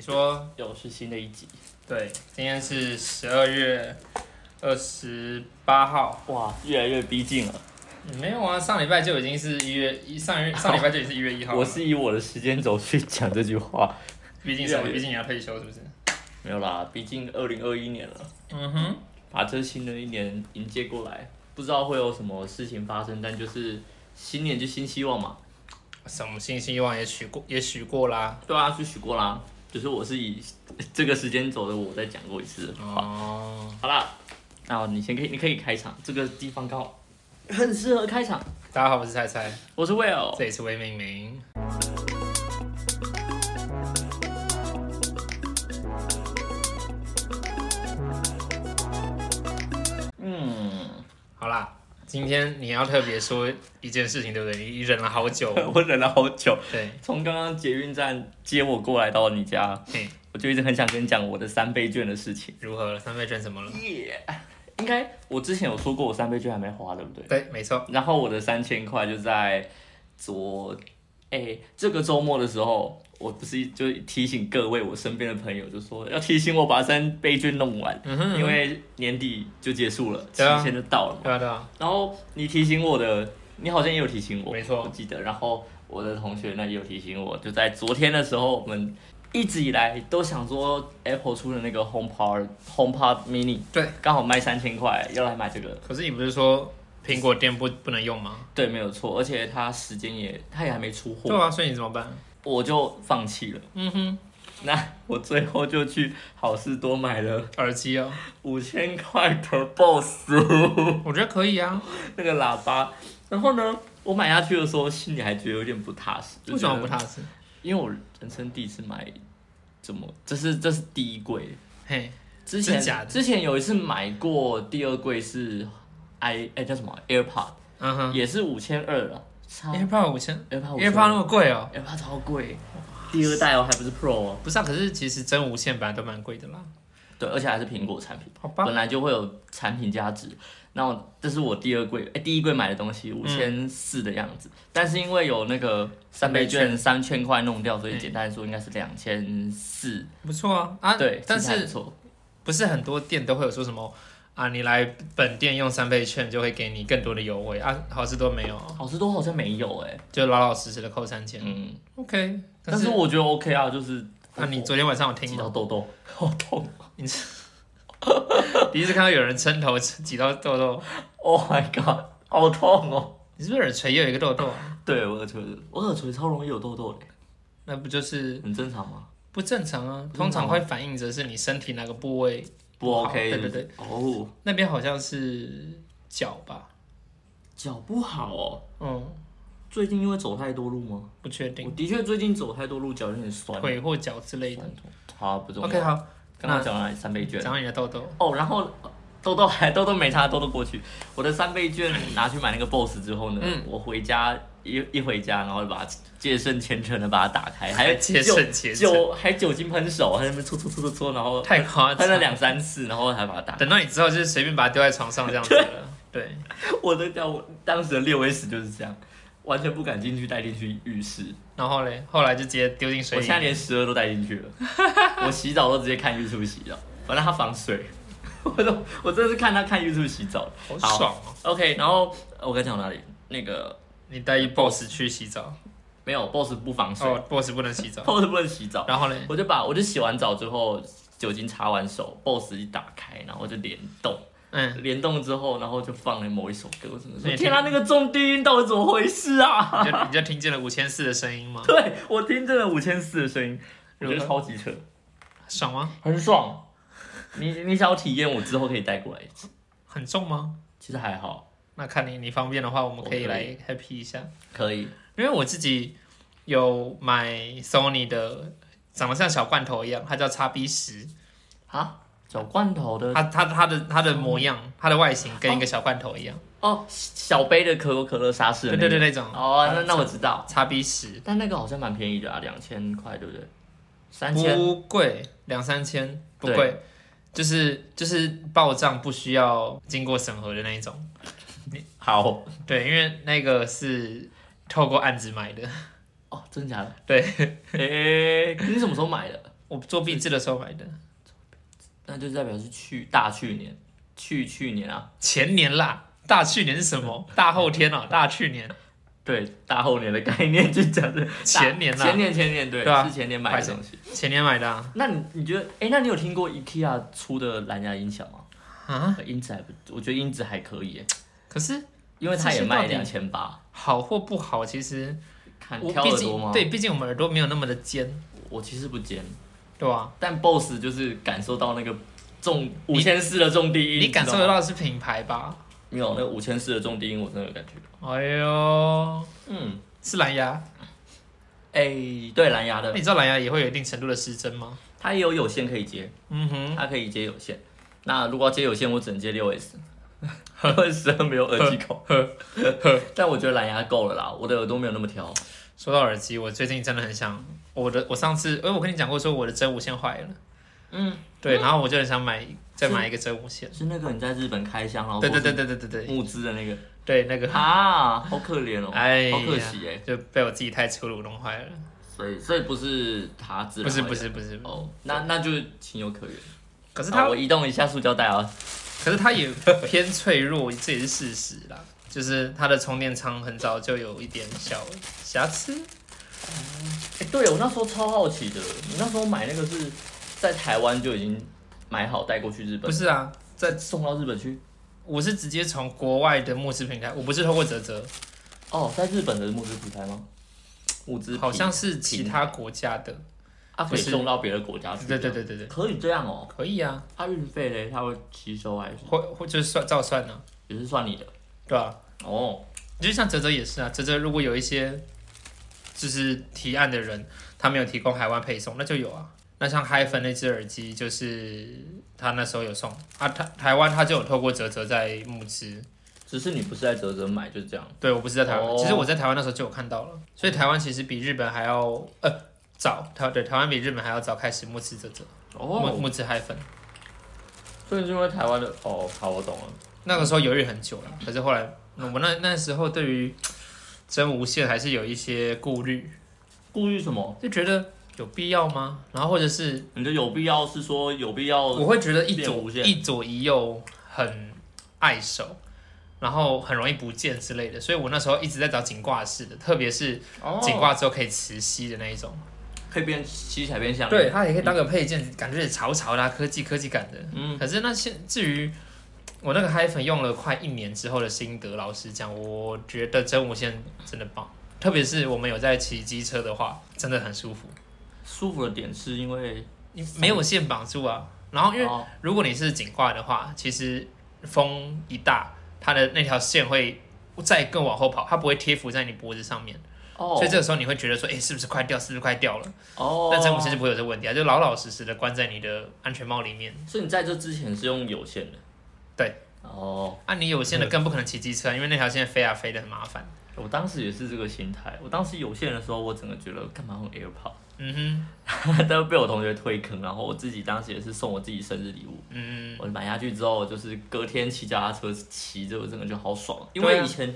说又是新的一集，对，今天是十二月二十八号、哇，越来越逼近了。嗯没有啊，上礼拜就已经是一月一，上月上礼拜就已经是一月一号了。我是以我的时间轴去讲这句话，毕竟什越么？来越毕竟你要退休是不是？没有啦，毕竟二零二一年了，嗯哼，把这新的一年迎接过来，不知道会有什么事情发生，但就是新年就新希望嘛。什么新希望也许过，也许过啦。对啊，去许过啦，就是我是以这个时间轴的我再讲过一次。哦，好啦，那你先可以，你可以开场，这个地方刚好很适合开场。大家好，我是菜菜，我是 Will，这里是魏明明。 嗯，好啦，今天你要特别说一件事情，对不对？你忍了好 久，我忍了好久，对，从刚刚捷运站接我过来到你家，嘿，我就一直很想跟你讲我的三倍券的事情。如何了？三倍券怎么了？耶、应该我之前有说过我三倍券还没花，对不对？对，没错，然后我的三千块就在昨，哎、这个周末的时候，我不是就提醒各位我身边的朋友，就说要提醒我把三倍券弄完，嗯哼，因为年底就结束了，期对啊限就到了嘛。对啊对啊，然后你提醒我的，你好像也有提醒我，没错我记得。然后我的同学呢也有提醒我，就在昨天的时候，我们一直以来都想说 Apple 出的那个 HomePod HomePod Mini，对，刚好卖三千块，要来买这个，可是你不是说苹果店不不能用吗？对，没有错。而且它时间也，它也还没出对货，啊，所以你怎么办？我就放弃了。嗯哼，那我最后就去好事多买了耳机 哦，五千块的 BOSS 我觉得可以啊。 那个喇叭，然后呢，我买下去的时候心里还觉得有点不踏实，就为什么觉得不踏实？因为我人生第一次买，怎么这是这是第一柜，嘿，之真前假的之前有一次买过第二柜是 i 哎、叫什么 AirPod，、嗯哼也是五千二了，差，AirPod 五千 AirPod ，AirPod 那么贵哦？ AirPod 超贵，第二代哦还不是 Pro 哦，不是啊，可是其实真无线本来都蛮贵的啦。对，而且还是苹果产品，好吧，本来就会有产品价值。那我这是我第二柜哎、第一柜买的东嗯西五千四的样子，但是因为有那个三倍券三千块弄掉，所以嗯简单来说应该是两千四，不错啊啊，对，但其实还不是错。不是很多店都会有说什么啊？你来本店用三倍券就会给你更多的优惠啊，好事多没有，好事多好像没有哎、就老老实实的扣三千。嗯， OK，但但是是我觉得 OK 啊，就是啊，你昨天晚上有听挤吗到？痘痘， 好痛第一次看到有人撑头挤到痘痘， ，Oh my god，好痛哦！你是不是耳垂也有一个痘痘啊？对我耳垂，我耳垂超容易有痘痘的，那不就是很正常吗？不正常啊？不正常通吗常会反映着是你身体哪个部位，不好 OK，对对对，哦，那边好像是脚吧？脚不好哦，嗯，最近因为走太多路吗？不确定我，的确最近走太多路，脚有点酸，腿或脚之类的。酸痛。好，不重要。 OK，好，刚刚讲了三倍券讲到你的痘痘，哦，然后痘痘还痘痘没擦，痘痘过去。我的三倍券拿去买那个 BOSS 之后呢，嗯我回家一一回家，然后就把它借胜虔诚的把它打开，还有借酒胜借诚酒还酒精喷手，还在那边搓搓搓搓搓，然后 太夸喷了张。两三次，然后还把它打开。等到你之后就是随便把它丢在床上这样子了。对，我的脚，我当时的六 S 就是这样，完全不敢进去带进去浴室，然后嘞，后来就直接丢进水我里现。在连十二都带进去了，我洗澡都直接看 YouTube 洗澡，反正它防水。 我都我真的是看他看 YouTube 洗澡好爽哦！ ，OK，然后呃我刚讲到哪里？那个你带一 boss 去洗澡，没有，boss 不防水、哦，boss 不能洗澡。 b o s s 不能洗澡。然后嘞，我就把我就洗完澡之后，酒精擦完手，boss 一打开，然后就联动，嗯，联动之后，然后就放了某一首歌，我真的那说你天啊，那个重低音到底怎么回事 啊？你就你就听见了五千四的声音吗？对我听这个五千四的声音，我如何觉得超级扯，爽吗？很爽。你你想要体验，我之后可以带过来一次，很重吗？其实还好，那看你你方便的话，我们可以我可来以 happy 一下。可以。因为我自己有买 Sony 的，长得像小罐头一样，它叫 x B 十，啊，小罐头的它它它的它的模样，它的外形跟一个小罐头一样，哦，小杯的可口可乐沙士的那对对个，对，那种哦，那那我知道， x B 十但那个好像蛮便宜的啊，两千块对不对？三千不贵，两三千不对贵，就是就是报账不需要经过审核的那一种，好对，因为那个是透过案子买的，哦，真的假的？ 对，诶，你什么时候买的？我做壁纸的时候买的，那就代表是去大去年，去去年啊，前年啦，大去年是什么？大后天哦，大去年，对，大后年的概念就讲的前年 啦前年前年对，对啊是前年买的东西。前年买的啊，那你你觉得，哎、那你有听过 IKEA 出的蓝牙音响吗？啊音质还不，我觉得音质还可以耶，可是因为它也卖这些到两千八，好或不好，其实看我挑毕耳朵吗？竟对，毕竟我们耳朵没有那么的尖，我其实不尖，对吧？但 BOSS 就是感受到那个重五千四的重低音，你感受知得道吗？到的是品牌吧？没有，那五千四的重低音我真的有感觉到。哎呦，嗯，是蓝牙，哎、对蓝牙那的，你知道蓝牙也会有一定程度的失真吗？它也有有线可以接，嗯哼，它可以接有线。那如果要接有线，我只能接六 S，因为十二没有耳机孔。 但我觉得蓝牙够了啦，我的耳朵没有那么挑。说到耳机，我最近真的很想我的，我上次，因为我跟你讲过说我的真无线坏了，嗯，对，然后我就很想买再买一个真无线，是那个你在日本开箱然后对对对对对对对募资的那个对，那个啊，好可怜哦，哎呀好可惜哎。就被我自己太粗鲁弄坏了，所以所以不是它自不然是坏不的是不是，不是哦，那那就情有可原。可是啊它我移动一下塑胶袋啊，可是它也偏脆弱，这也是事实啦，就是它的充电仓很早就有一点小瑕疵，哎、对我那时候超好奇的，你那时候买那个是在台湾就已经买好带过去日本，不是啊，在再送到日本去？我是直接从国外的募资平台，我不是透过泽泽，哦，在日本的木质平台吗？木质好像是其他国家的。啊，可以不是送到别的国家去。对对对对对，可以这样哦。可以啊，它运费嘞，它会吸收还是或或就是算照算啊，也是算你的？对吧、哦，就像泽泽也是啊，泽泽如果有一些就是提案的人，他没有提供海外配送，那就有啊。那像 HiFi 那只耳机，就是他那时候有送啊，台台湾他就有透过泽泽在募资。只是你不是在泽泽买，就是这样。对我不是在台湾，哦其实我在台湾那时候就有看到了，所以台湾其实比日本还要呃早，台对台湾比日本还要早开始募资泽泽，募哦，募资 HiFi。所以是因为台湾的哦，好，我懂了。那个时候犹豫很久了，可是后来嗯我那那时候对于真无线还是有一些顾虑，顾虑什么？就觉得有必要吗？然后或者是你的有必要是说有必要我会觉得一哦变左无线一左一右很碍手，然后很容易不见之类的，所以我那时候一直在找颈挂式的，特别是哦颈挂之后可以磁吸的那一种，可以变七彩变相。对，，它也可以当个配件，感觉也潮潮啦、科技科技感的。嗯，可是那现至于我那个 HiFi 用了快一年之后的心得，老实讲，我觉得真无线真的棒，特别是我们有在骑机车的话，真的很舒服，舒服的点是因为你没有线绑住啊。然后因为哦如果你是颈挂的话，其实风一大，它的那条线会再更往后跑，它不会贴附在你脖子上面，哦，所以这个时候你会觉得说，哎、是不是快掉？是不是快掉了？哦，但真无线就不会有这个问题啊，就老老实实的关在你的安全帽里面。所以你在这之前是用有线的，对，哦，啊，你有线的更不可能骑机车啊，因为那条线飞啊飞的很麻烦。我当时也是这个心态。我当时有线的时候，我整个觉得干嘛用 AirPod， 嗯但是被我同学推坑，然后我自己当时也是送我自己生日礼物。哼，嗯，我买下去之后，就是隔天骑脚踏车骑着，我整个就好爽。因对为啊以前，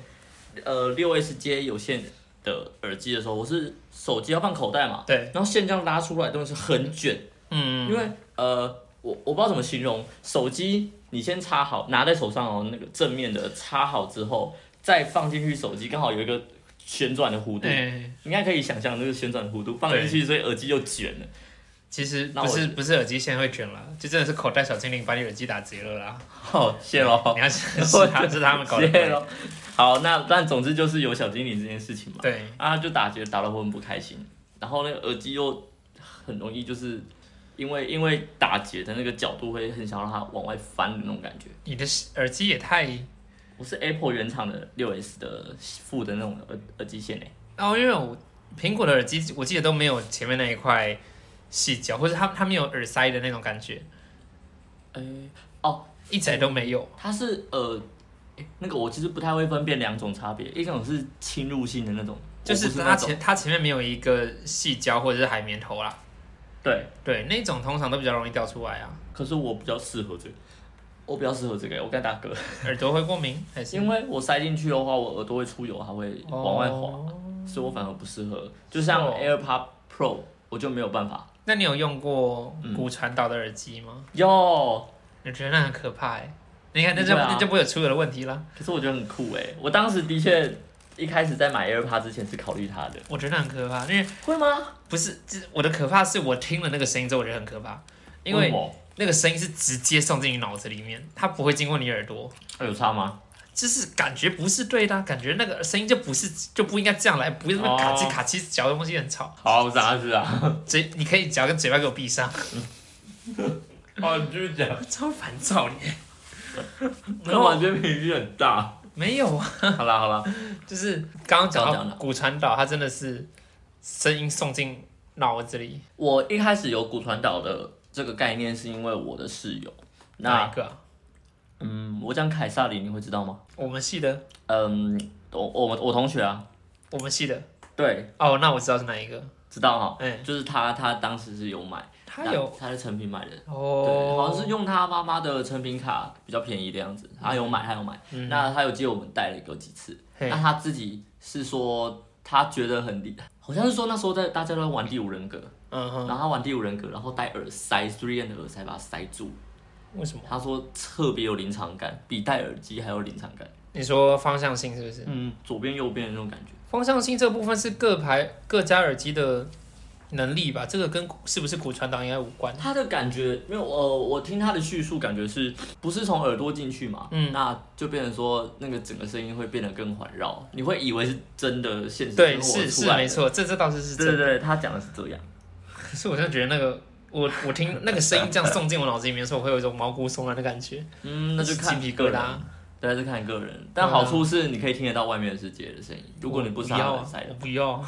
呃，六 S 接有线的耳机的时候，我是手机要放口袋嘛，对，然后线这样拉出来，东西很卷，嗯，因为呃，我我不知道怎么形容，手机你先插好，拿在手上哦，那个正面的插好之后，再放进去手机，刚好有一个旋转的弧度，哎，应该可以想象这个旋转的弧度放进去，所以耳机就卷了。其实那不我是不是耳机线会卷了，就真的是口袋小精灵把你耳机打结了啦。好，谢 喽，你要是哦是他是他们搞的谢鬼，喽。好，那但总之就是有小精灵这件事情嘛，对，啊，就打结打得我很不开心，然后那个耳机又很容易就是。因为因为打结的那个角度会很想让它往外翻的那种感觉，你的耳机也太我是 Apple 原厂的六 S 的附的那种耳耳机线欸诶、哦，因为我苹果的耳机我记得都没有前面那一块细胶，或者它它没有耳塞的那种感觉，哎欸。一直都没有。它是呃、欸那个我其实不太会分辨两种差别，一种是侵入性的那种，就我是不是那它种前它前面没有一个细胶或者是海绵头啦，对，对，那种通常都比较容易掉出来啊，可是我比较适合这个，我比较适合这个，我敢打 嗝，耳朵会过敏还是因为我塞进去的话，我耳朵会出油，它会往外滑，哦所以我反而不适合。就像哦 AirPod Pro，我就没有办法，那你有用过嗯骨传导的耳机吗？有，我觉得那很可怕哎、你看，那不就、会啊那就不会有出油的问题啦。可是我觉得很酷哎、我当时的确一开始在买 AirPod 之前是考虑它的，我觉得那很可怕，因为会吗？不是，这我的可怕是我听了那个声音之后，我觉得很可怕，因为什么那个声音是直接送进你脑子里面，它不会经过你耳朵，哎有差吗？就是感觉不是对的啊、感觉那个声音就不是就不应该这样来，不是那么卡叽哦卡叽嚼的东西很吵，好，我啥是 啊？嘴你可以嚼跟嘴巴给我闭上， 哦，你就是讲， 超烦躁你。然 那我后觉得频率很大。没有啊， 好啦好啦，就是刚刚讲刚讲到的骨传导，它真的是声音送进脑子里，我一开始有骨传导的这个概念，是因为我的室友。哪那一个啊、嗯，我讲凯撒琳，你会知道吗？我们系的，嗯，我我我同学啊，我们系的。对，哦，那我知道是哪一个。知道哈，嗯，就是他，他当时是有买，他有他的成品买的，对，好哦，像是用他妈妈的成品卡比较便宜的样子，他有买，他有买，嗯那他有借我们带了有几次，嘿那他自己是说他觉得很厉，好像是说那时候在大家都在玩第五人格，嗯哼，然后他玩第五人格，然后戴耳塞 three n 的耳塞把它塞住，为什么？他说特别有临场感，比戴耳机还有临场感，你说方向性是不是？嗯，左边右边的那种感觉，方向性这部分是各牌各家耳机的能力吧？这个跟是不是骨传导应该无关。他的感觉，因为我我听他的叙述，感觉是不是从耳朵进去嘛？嗯那就变成说那个整个声音会变得更环绕，你会以为是真的现实生对，活是出是来没的。错，这这倒是是对对真对，的。他讲的是这样。可是我真的觉得那个，我我听那个声音这样送进我脑子里面的时候，我会有一种毛骨悚然的感觉，嗯，那就看鸡皮个疙人瘩。。对，是看个人，但好处是你可以听得到外面的世界的声音。如果你不啊我是他要耳啊塞的，我不要。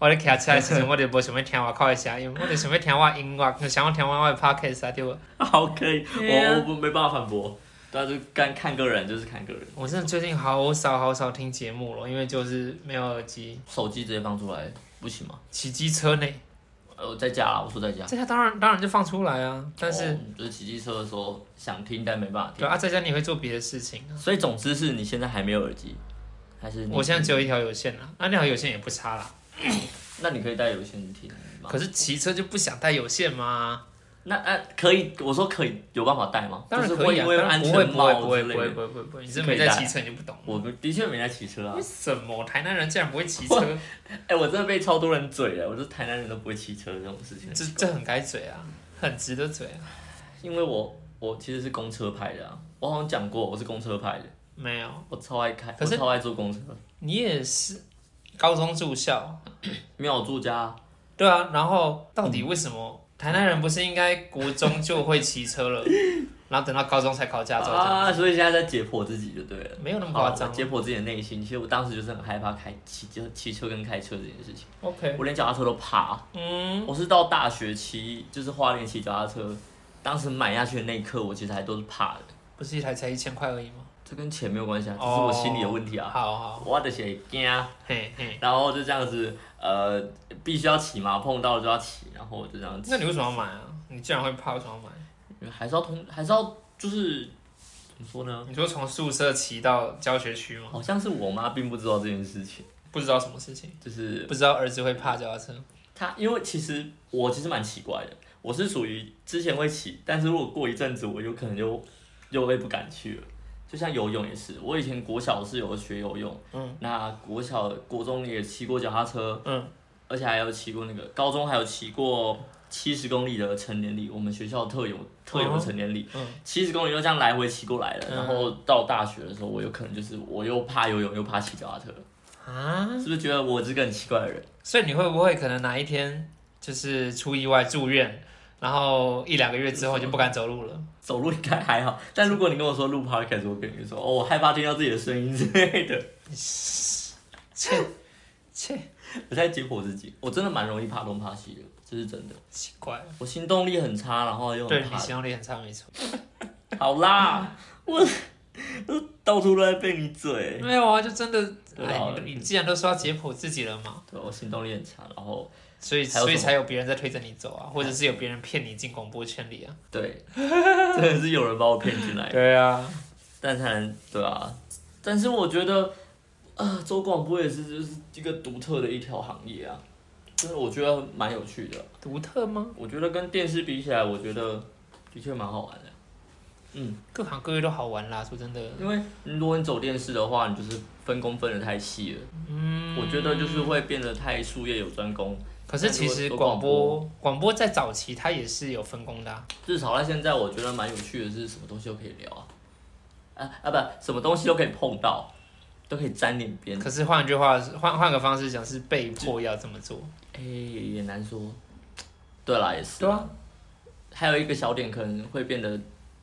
我咧骑车的时阵，我就无想要听外口的声音，我就想要听我的音乐，想要听我的 podcast 啊，对无？ 好可以，对啊我我不没办法反驳。但是看看个人就是看个人，我真的最近好少好少听节目了，因为就是没有耳机，手机直接放出来不行吗？骑机车呢。呃，在家啦，我说在家。在家当然当然就放出来啊，但是、哦就是骑机车的时候想听，但没办法听对。啊，在家你会做别的事情啊。所以总之是你现在还没有耳机，还是你我现在只有一条有线啦，啊，那条有线也不差啦。那你可以带有线听吗？可是骑车就不想带有线嘛？那那可以，我说可以有办法带吗？当然就是可以啊，会因为当然安不会全不会不帽会之不类会的。不会不会，你是真可没以在带骑车你就不懂。我的确没在骑车啊为，什么台南人竟然不会骑车？ 哎、我真的被超多人嘴了，我说台南人都不会骑车这种事情，这这很该嘴啊，很值得嘴啊。因为我我其实是公车派的啊，我好像讲过我是公车派的，没有，我超爱开，可是我超爱坐公车，你也是高中住校，没有我住家啊、对啊。然后到底为什么台南人不是应该国中就会骑车了，然后等到高中才考驾照这样？啊，所以现在在解剖自己就对了。没有那么好夸张啊。解剖自己的内心。其实我当时就是很害怕开骑车、骑车跟开车这件事情， OK，我连脚踏车都怕。嗯，我是到大学骑，就是花莲骑脚踏车，当时买下去的那一刻，我其实还都是怕的。不是一台才一千块而已吗？这跟钱没有关系啊，只是哦我心理的问题啊。好好，我的鞋惊，啊嘿嘿，然后就这样子，呃，必须要骑嘛，碰到了就要骑，然后我就这样子那，你为什么要买啊？你既然会怕，为什么要买？因为还是要通，还是要就是怎么说呢？你说从宿舍骑到教学区吗？好像是我妈并不知道这件事情，不知道什么事情，就是不知道儿子会怕脚踏车。他因为其实我其实蛮奇怪的，我是属于之前会骑，但是如果过一阵子，我有可能又又会不敢去了。就像游泳也是，我以前国小是有学游泳，嗯，那国小国中也骑过脚踏车，嗯，而且还有骑过那个高中还有骑过七十公里的成年礼，我们学校特有特有的成年礼嗯，七十、公里就这样来回骑过来了。嗯然后到大学的时候，我有可能就是我又怕游泳又怕骑脚踏车，啊，是不是觉得我是个很奇怪的人？所以你会不会可能哪一天就是出意外住院，然后一两个月之后就不敢走路了？走路应该还好，但如果你跟我说录 podcast，我跟你说，哦，我害怕听到自己的声音之类的，切切，我在解剖自己，我真的蛮容易怕东怕西的，这是真的。奇怪，我行动力很差，然后又对很你怕。行动力很差，没错。好啦，我我到处都在被你嘴。没有啊，就真的，对啊哎，你你既然都说要解剖自己了嘛，对，我行动力很差，然后所以还有所以什么哎才有别人在推着你走啊，或者是有别人骗你进广播圈里啊。对，真的是有人把我骗进来，对啊，但才能对啊。但是我觉得，啊、做广播也是就是一个独特的一条行业啊。就是我觉得蛮有趣的。独特吗？我觉得跟电视比起来，我觉得的确蛮好玩的。各行各业都好玩啦，说真的，因为如果你走电视的话，你就是分工分得太细了。嗯，我觉得就是会变得太术业有专攻。可是其实广哎播广播在早期它也是有分工的、啊，至少到现在，我觉得蛮有趣的是什么东西都可以聊啊，啊啊不，什么东西都可以碰到，都可以沾点边。可是换句话换换个方式讲是被迫要这么做，哎、也难说。对啦，也是。对啊，还有一个小点可能会变得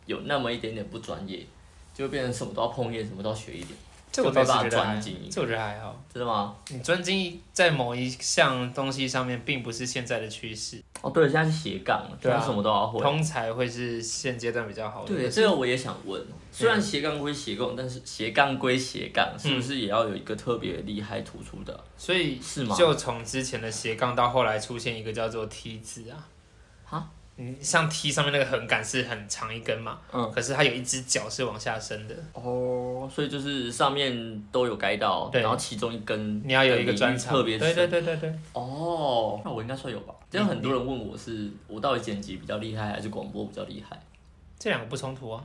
有那么一点点不专业，就变成什么都要碰一点，什么都要学一点。这我倒是觉就没得办法还专精这我觉得还好。真的吗？你专精在某一项东西上面，并不是现在的趋势，哦，对，现在是斜杠，对啊什么都要哦会。通才会是现阶段比较好的。对，这个我也想问。虽嗯然斜杠归斜杠，但是斜杠归斜杠，是不是也要有一个特别厉害突出的？所以是吗就从之前的斜杠到后来出现一个叫做 T 字啊，哈，嗯，像 T 上面那个横杆是很长一根嘛，嗯，可是它有一只脚是往下伸的，哦，所以就是上面都有该到，对然后其中一根你要有一个专长，特别对对深。对对对，哦，那我应该算有吧？因为很多人问我是我到底剪辑比较厉害，还是广播比较厉害？这两个不冲突啊，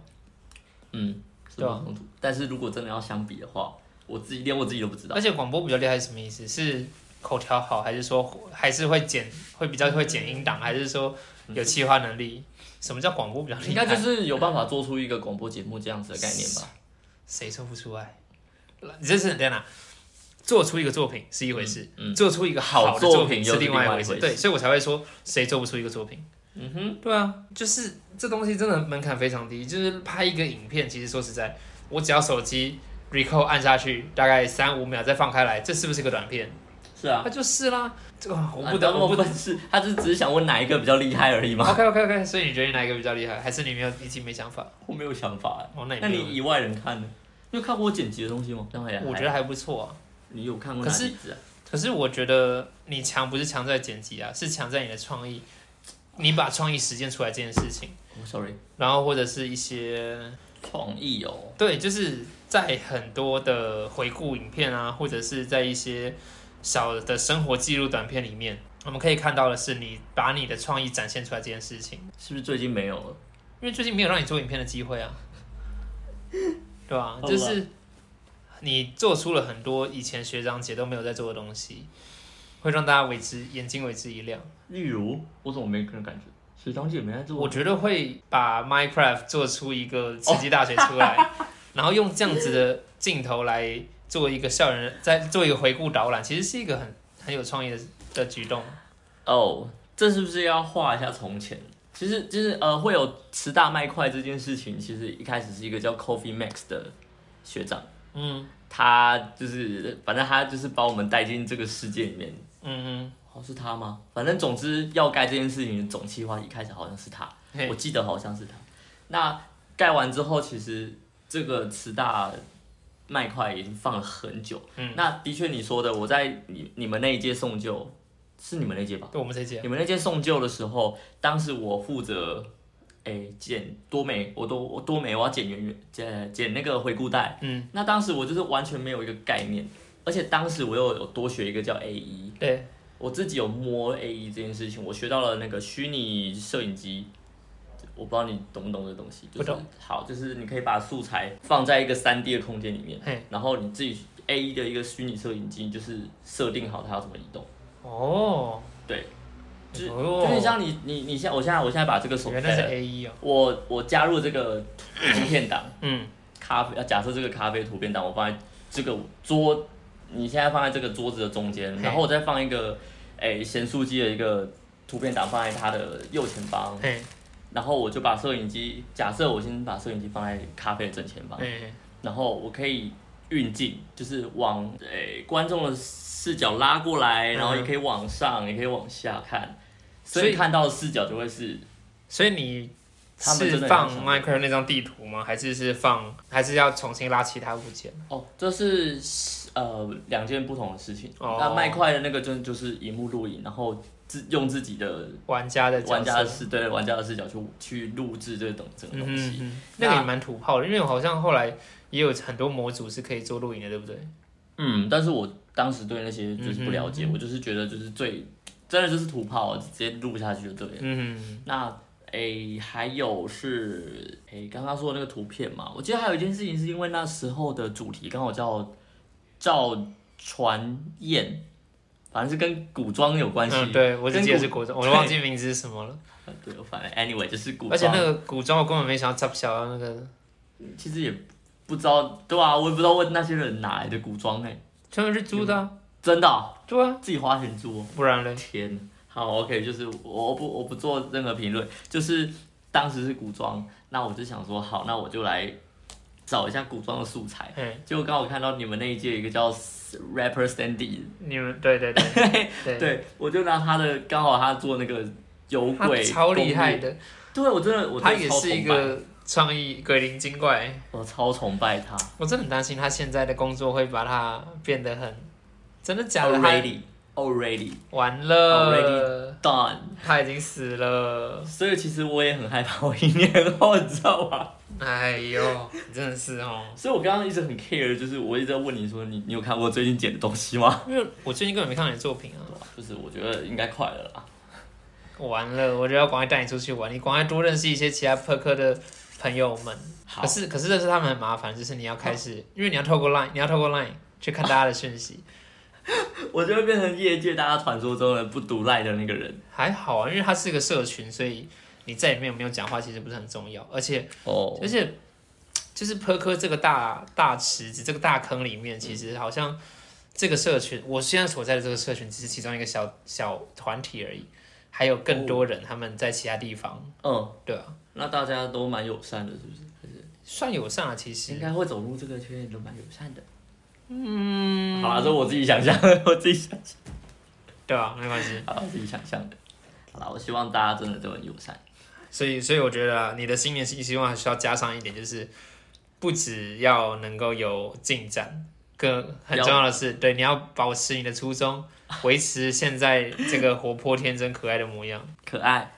嗯，是对啊不冲突。但是如果真的要相比的话，我自己连我自己都不知道而。且广播比较厉害是什么意思？是口条好，还是说还是会剪，会比较会剪音档，还是说有企划能力？什么叫广播比较厉害？嗯应该就是有办法做出一个广播节目这样子的概念 吧？谁说不出来？你这是等哪？做出一个作品是一回事，嗯嗯做出一个好好的作作品又是是另外另外回一回事对，所以我才会说谁做不出一个作品。嗯哼，对啊，就是这东西真的门槛非常低，就是拍一个影片，其实说实在，我只要手机 record 按下去，大概三五秒再放开来，这是不是个短片？是啊它。就是啦。这个我不啊得你我不不啊分是，他就只是想问哪一个比较厉害而已嘛。 OK OK OK，所以你觉得哪一个比较厉害？还是你没有已经没想法？ 我没有想法哦，那哎。也那没有。你以外人看呢？你有看过我剪辑的东西吗？当然也还我觉得还不错啊。你有看过可哪是几支啊？可是我觉得你强不是强在剪辑啊，是强在你的创意，你把创意实践出来这件事情，哦，sorry，然后或者是一些创意哦，对，就是在很多的回顾影片啊，或者是在一些小的生活记录短片里面，我们可以看到的是你把你的创意展现出来这件事情，是不是最近没有了？因为最近没有让你做影片的机会 啊，对吧、好吧就是你做出了很多以前学长姐都没有在做的东西，会让大家为之眼睛为之一亮。例如，我怎么没个人感觉？学长姐没在做我啊，觉得会把 Minecraft 做出一个奇迹大学出来， 然后用这样子的镜头来做一个校园，再做一个回顾导览，其实是一个很很有创意的的举动。哦，这是不是要画一下从前？其实就是呃，会有吃大麦块这件事情，其实一开始是一个叫 Coffee Max 的学长，嗯他就是反正他就是把我们带进这个世界里面。嗯哦，是他吗？反正总之要盖这件事情，总计划一开始好像是他，嗯，嘿我记得好像是他。那盖完之后，其实这个慈大麦块已经放了很久。嗯，那的确你说的，我在你你们那一届送旧，是你们那一届吧？对我们这届，你们那届送旧的时候，当时我负责，诶剪多美，我都我多美，我要剪圆圆，剪剪那个回顾带。嗯，那当时我就是完全没有一个概念，而且当时我又有多学一个叫 A E。对，我自己有摸 A E 这件事情，我学到了那个虚拟摄影机，我不知道你懂不懂这东西。就不是懂好，就是你可以把素材放在一个三 D 的空间里面嘿，然后你自己 A E 的一个虚拟摄影机，就是设定好它要怎么移动。哦，对，就哦就很像你你你现在我现在我现在把这个手原来是在 A E 哦，我我加入这个图片档，嗯，咖啡，呃假设这个咖啡图片档我放在这个桌，你现在放在这个桌子的中间，嘿然后我再放一个，诶、咸酥鸡的一个图片档放在它的右前方，嘿，然后我就把摄影机，假设我先把摄影机放在咖啡的正前方，嘿，然后我可以运镜，就是往诶、观众的视角拉过来，嗯然后也可以往上，也可以往下看，所所以以看到的视角就会是所以你。他们真是的很放想 Minecraft 那张地图吗？还是是放，还是要重新拉其他物件？哦，这是呃两件不同的事情。哦那麦块的那个真的就是荧幕录影，然后自用自己的玩家的角色玩家的视对玩家的视角去去录制这种整个嗯东哼西。嗯那个也蛮土炮的，因为我好像后来也有很多模组是可以做录影的，对不对？嗯但是我当时对那些就是不了解，嗯哼我就是觉得就是最真的就是土炮，直接录下去就对了。嗯，那诶，还有是诶，刚刚说的那个图片嘛，我记得还有一件事情是因为那时候的主题刚好叫赵传燕，反正是跟古装有关系。嗯，对我只记得跟是古古装，我对都忘记名字是什么了。呃对，反正 anyway 就是古装，而且那个古装我根本没想到插小那个，其实也不知道，对啊，我也不知道问那些人哪来的古装哎、专门是租的啊，真的哦、对啊，自己花钱租哦、不然嘞，天哪，好 OK，就是我不我不做任何评论，就是当时是古装，那我就想说好，那我就来找一下古装的素材。嗯，结果刚好看到你们那一届有一个叫 rapper Standy，你们对对对 对，对我就拿他的，刚好他做那个有他鬼，超厉害，的，对我真的我他真的也超是一崇拜，个创意鬼灵精怪。我超崇拜他。我真的很担心他现在的工作会把他变得很，真的假的？他 already already 完了， done，他已经死了。所以其实我也很害怕，我一年后你知道吗？哎呦， 真的是哦。所以我刚刚一直很 care，就是我一直在问你说你你有看过最近剪的东西吗？因为我最近根本没看到你的作品啊，就是我觉得应该快了啦。完了，我就要赶快带你出去玩，你赶快多认识一些其他科科的朋友们。好可，是可是认识他们很麻烦，就是你要开始，因为你要透过 Line，你要透过 Line 去看大家的讯息。 我就会变成业界大家传说中的不独赖的那个人。还好啊，因为它是一个社群，所以你在里面有没有讲话其实不是很重要，而且哦而且就是科科这个大大池子、这个大坑里面，其实好像这个社群，我现在所在的这个社群只是其中一个小小团体而已，还有更多人他们在其他地方，嗯，对啊，那大家都蛮友善的，是不是？算友善啊，其实应。该会走入这个圈都蛮友善的。嗯，好啦，这我自己想象，的，我自己想，对啊，没关系。好啦，我自己想象的。好啦，我希望大家真的都很友善。所以，所以我觉得啊你的新年新希望还需要加上一点，就是不只要能够有进展，更很重要的是，对你要保持你的初衷，维持现在这个活泼、天真、可爱的模样。可爱，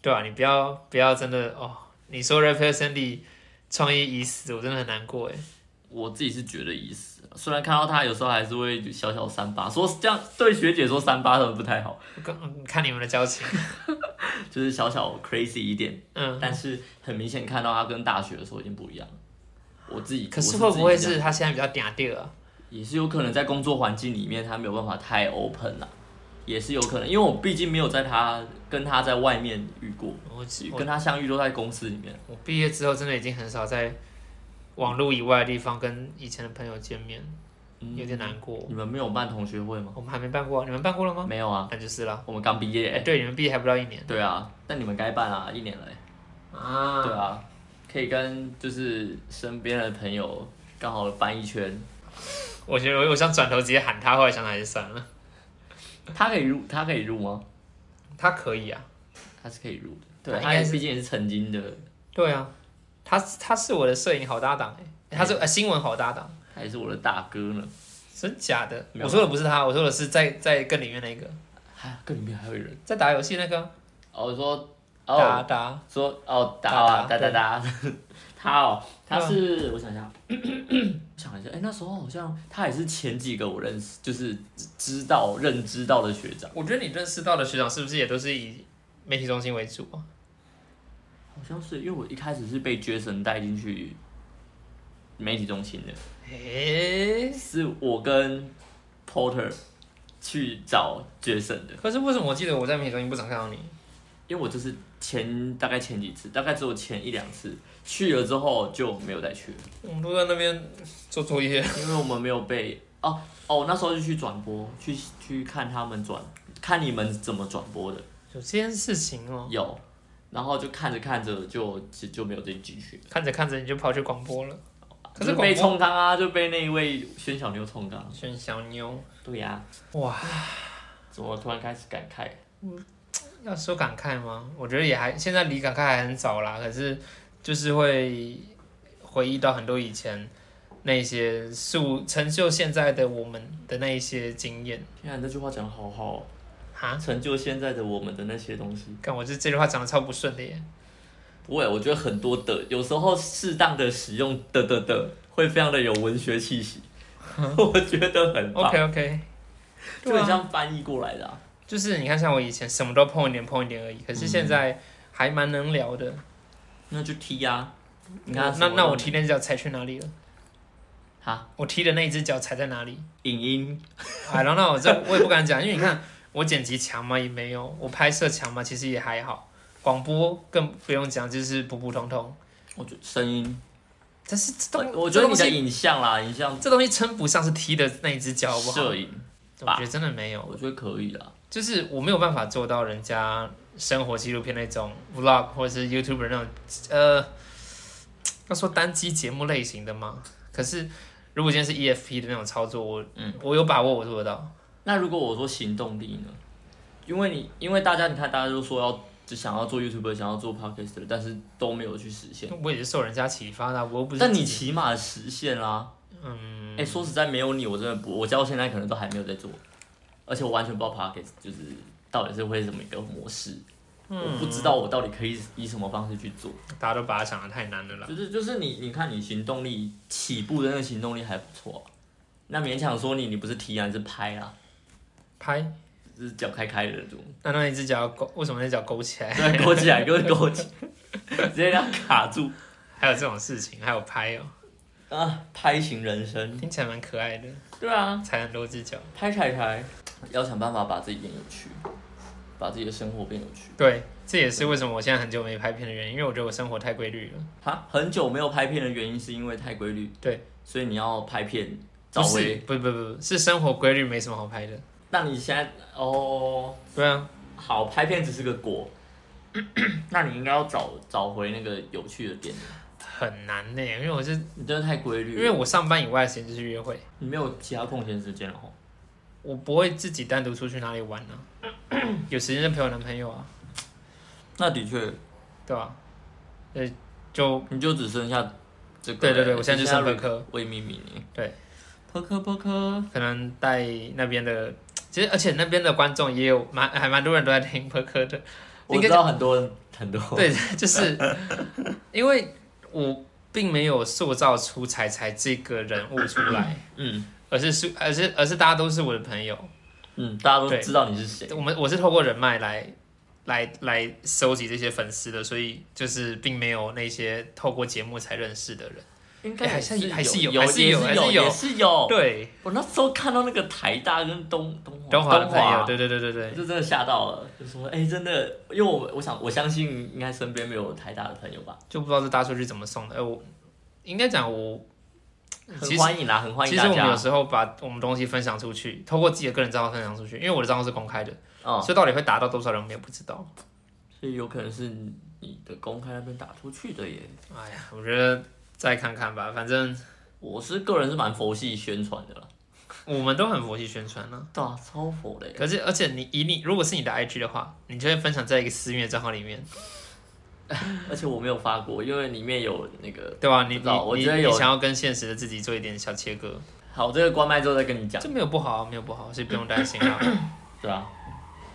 对啊，你不要不要真的哦，你说 Rapper Sandy 创意已死，我真的很难过哎。我自己是觉得意思，啊虽然看到他有时候还是会小小三八，说这样对学姐说三八可能不太好，我刚嗯看你们的交情，就是小小 crazy 一点。嗯，但是很明显看到他跟大学的时候已经不一样了。我自己可是我会自己不会这样是他现在比较嗲嗲啊？也是有可能在工作环境里面他没有办法太 open 啦，也是有可能，因为我毕竟没有在他跟他在外面遇过，我我跟他相遇都在公司里面。我毕业之后真的已经很少在网络以外的地方跟以前的朋友见面，嗯有点难过。你们没有办同学会吗？我们还没办过啊，你们办过了吗？没有啊，那就是啦。我们刚毕哎，业。对，你们毕业还不到一年对啊，但你们该办啊，一年了欸。啊对啊，可以跟就是身边的朋友刚好翻一圈。我觉得我我想转头直接喊他，后来想想还是算了。他可以入，他可以入吗？他可以啊，他是可以入的。他对，啊应他该也是毕竟也是曾经的，对啊，他他是我的摄影好搭档哎，他是呃新闻好搭档。他也是我的大哥呢。真假的？没有我说的不是他，我说的是在在更里面那个，还更里面还有人。在打游戏那个哦，我说打哦，打说哦，打打啊打打打打， 他哦，他对啊是我想一下， 我想一下，哎，那时候好像他也是前几个我认识，就是知知道认知到的学长，我觉得你认识到的学长是不是也都是以媒体中心为主啊？好像是因为我一开始是被 Jason 带进去媒体中心的，诶、是我跟 Porter 去找 Jason 的，可是为什么我记得我在媒体中心不常看到你？因为我就是前大概前几次，大概只有前一两次去了之后就没有再去了。我们都在那边做作业。因为我们没有被哦哦，那时候就去转播，去去看他们转，看你们怎么转播的，有这件事情哦，有，然后就看着看着就就就没有再进去，看着看着你就跑去广播了。可是就广被播冲缸啊，就被那一位宣小妞冲缸。选小妞，对呀、哇，怎么突然开始感慨？要说感慨吗？我觉得也还现在离感慨还很早啦，可是就是会回忆到很多以前那些塑成就现在的我们的那一些经验天啊，你这句话讲的好好、哦，哈。成就现在的我们的那些东西。看我这这句话讲的超不顺的耶，不会，我觉得很多的，有时候适当的使用的的的，会非常的有文学 气息，我觉得很棒哦 OK OK，就很像翻译过来的、啊。就是你看，像我以前什么都碰一点碰一点而已，可是现在还蛮能聊的。那就踢呀、啊。你那看他什那么那都我踢那只脚踩去哪里了？哈我踢的那一只脚踩在哪里？影音，哎，然后那我这我也不敢讲，因为你看我剪辑强嘛也没有，我拍摄强嘛其实也还好，广播更不用讲，就是普普通通。我觉得声音，但是这东我我觉得你这的东西影像啦，影像这东西称不上是踢的那一只脚，好不好？摄影，我觉得真的没有，我觉得可以啦。就是我没有办法做到人家生活纪录片那种 vlog 或者是 YouTuber 那种，呃，要说单机节目类型的嘛。可是如果今天是 EFP 的那种操作，我嗯我有把握我做得到。那如果我说行动力呢？因为你，因为大家你看，大家都说要只想要做 YouTuber，想要做 Podcaster，但是都没有去实现。我也是受人家启发的啊，我又不是。但你起码实现啦。嗯。哎、说实在，没有你，我真的不，我到现在可能都还没有在做，而且我完全不知道 Podcast 就是到底是会怎么一个模式。嗯我不知道我到底可以以什么方式去做，大家都把它想的太难了啦。就是就是你你看你行动力起步的那个行动力还不错啊、那勉强说你你不是提啊，你是拍啊，拍，就是脚开开的那种，那那一只脚勾，为什么那脚勾起来？对，勾起来，给我勾起，直接让它卡住还有这种事情，还有拍哦，啊！拍型人生，听起来蛮可爱的，对啊，踩很多只脚。拍起来，要想办法把自己变有趣，把自己的生活变有趣。对，这也是为什么我现在很久没拍片的原因，因为我觉得我生活太规律了。哈，很久没有拍片的原因是因为太规律，对，所以你要拍片找不是回。，不不不不，是生活规律没什么好拍的。那你现在哦，对啊，好，拍片只是个 果，那你应该要找找回那个有趣的点。很难呢，因为我是你真的太规律因了，为我上班以外的时间就是约会，你没有其他空闲时间了哦。我不会自己单独出去哪里玩啊，有时间就陪我男朋友啊，那的确，对吧、呃，就你就只剩下这个。对对对，我现在就上本科，未命名呢。对，扑克扑克，可能带那边的，其实而且那边的观众也有蛮还蛮多人都在听播客的，我应该知道很多人很多。对， 就是因为我并没有塑造出彩彩这个人物出来，嗯而是塑 而是而是大家都是我的朋友，嗯，大家都对知道你是谁。我们我是透过人脉来来来收集这些粉丝的，所以就是并没有那些透过节目才认识的人。应该还是还是有有，还是有也还哎是是有，有也是有。对，我那时候看到那个台大跟东东东华的东朋友，对对对对我对，就真的吓到了，就说哎、真的，因为我我想我相信应该身边没有台大的朋友吧，就不知道这大数据怎么送的。哎、我应该讲我，很其实欢迎啦，很欢迎嗯其实大我们有家。时候把我们东西分享出去，透过自己的个人账号分享出去，因为我的账号是公开的，嗯，所以到底会达到多少人，我们也不知道。所以有可能是你的公开那边打出去的耶。哎呀，我觉得再看看吧，反正我是个人是蛮佛系宣传的啦，我们都很佛系宣传了、对啊，超佛的耶。可是，而且你以你如果是你的 IG 的话，你就会分享在一个私密的账号里面，而且我没有发过，因为里面有那个。对吧？你不知道我你觉得你有你想要跟现实的自己做一点小切割，好，这个关麦之后再跟你讲。这没有不好啊，没有不好，所以不用担心啊。 对啊。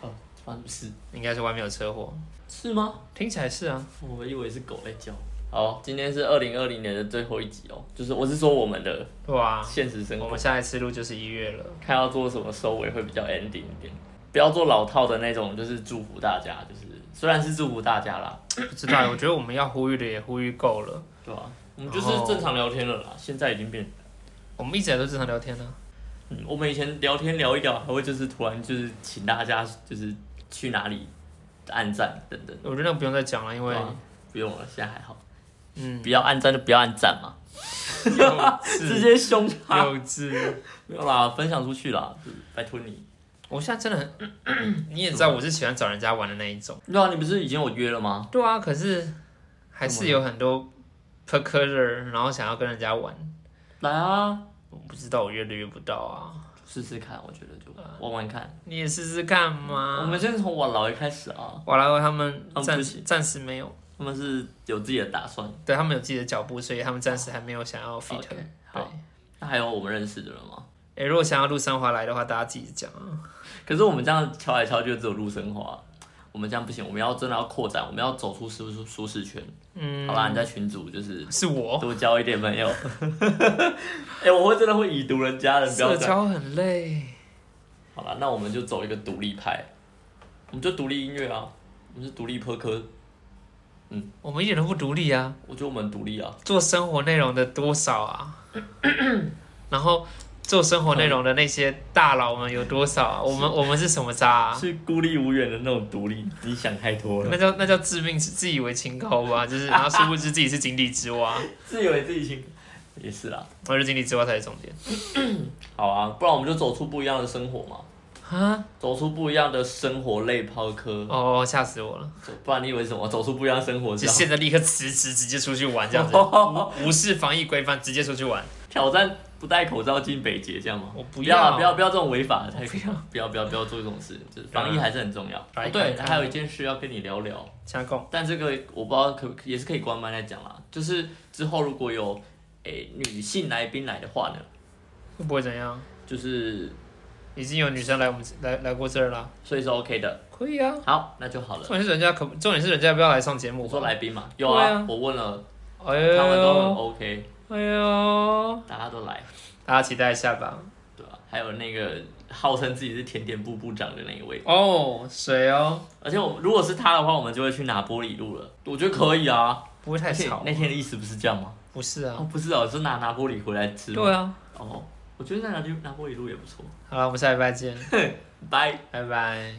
哦，发生什么应该是外面有车祸，事？是吗？听起来是啊，我以为是狗在叫。好，今天是二零二零年的最后一集哦，就是我是说我们的哇！现实生我活，们下一次录就是一月了，看要做什么收尾会比较 ending 一点，不要做老套的那种，就是祝福大家，就是虽然是祝福大家啦，不知道，我觉得我们要呼吁的也呼吁够了，对吧、我们就是然后正常聊天了啦，现在已经变，我们一直以来都正常聊天呢、啊嗯，我们以前聊天聊一聊，还会就是突然就是请大家就是去哪里按赞等等，我觉得那不用再讲了，因为对啊不用了，现在还好，嗯，不要按赞就不要按赞嘛， 幼直稚，接凶他，幼稚。没有啦，分享出去啦，拜托你。我现在真的很， 你也知道我是喜欢找人家玩的那一种，对啊，你不是已经有约了吗？对啊，可是还是有很多 p e r c u r e r 然后想要跟人家玩，来啊，我不知道我约都约不到啊，试试看，我觉得就玩玩看。你也试试看我嘛。们先从我老爷开始啊，瓦拉维他们他们暂不时暂时没有。他们是有自己的打算。对他们有自己的脚步，所以他们暂时还没有想要 fit。 OK，对，好那还有我们认识的人吗？哎、如果想要录升华来的话，大家自己讲啊。可是我们这样敲来敲去就只有陆生华，我们这样不行，我们要真的要扩展，我们要走出舒舒舒适圈。嗯，哦好啦，你在群组就是是我多交一点朋友。 哎、我会真的会已读人家的，不要社这样。交很累，好啦，那我们就走一个独立派，我们就独立音乐啊，我们是独立科科，我们一点都不独立啊，我觉得我们很独立啊。做生活内容的多 少啊，然后做生活内容的那些大佬们有多少啊？嗯我们我们是什么渣、啊？是孤立无援的那种独立，你想太多了，那叫那叫致命自以为清高吧，就是然后殊不知自己是井底之蛙，自以为自己行，也是啦。我觉得井底之蛙才是重点好啊，不然我们就走出不一样的生活嘛，啊！走出不一样的生活类抛科，哦，吓死我了！走不然你以为是什么？走出不一样哦的生活是就要现在立刻辞职，直接出去玩这样子，无无视防疫规范，直接出去玩。 挑战不戴口罩进北捷这样吗？我不不要啊要，不要不要这种违法的，太不要不要不要不要做这种事，就是防疫还是很重要。来哦对，看看还有一件事要跟你聊聊，加工但这个我不知道可不也是可以关麦来讲啦。就是之后如果有诶、女性来宾来的话呢，会不会怎样？就是已经有女生来我们来来过这儿啦，所以是 OK 的。可以啊。好，那就好了。重点是人家可不重点是人家要不要来上节目我吧？说来宾嘛，有对啊啊，我问了，哎呦，他们都很 OK，哎呦，大家都来，大家期待一下吧。对吧、还有那个号称自己是甜点部部长的那一位，哦，水哦，而且我如果是他的话，我们就会去拿玻璃路了。我觉得可以啊。不会太而且吵。那天的意思不是这样吗？不是啊，哦，不是哦，是拿拿玻璃回来吃。对啊。 哦，我觉得在拿就拿玻璃路也不错。好了，我们下礼拜见，拜。拜拜。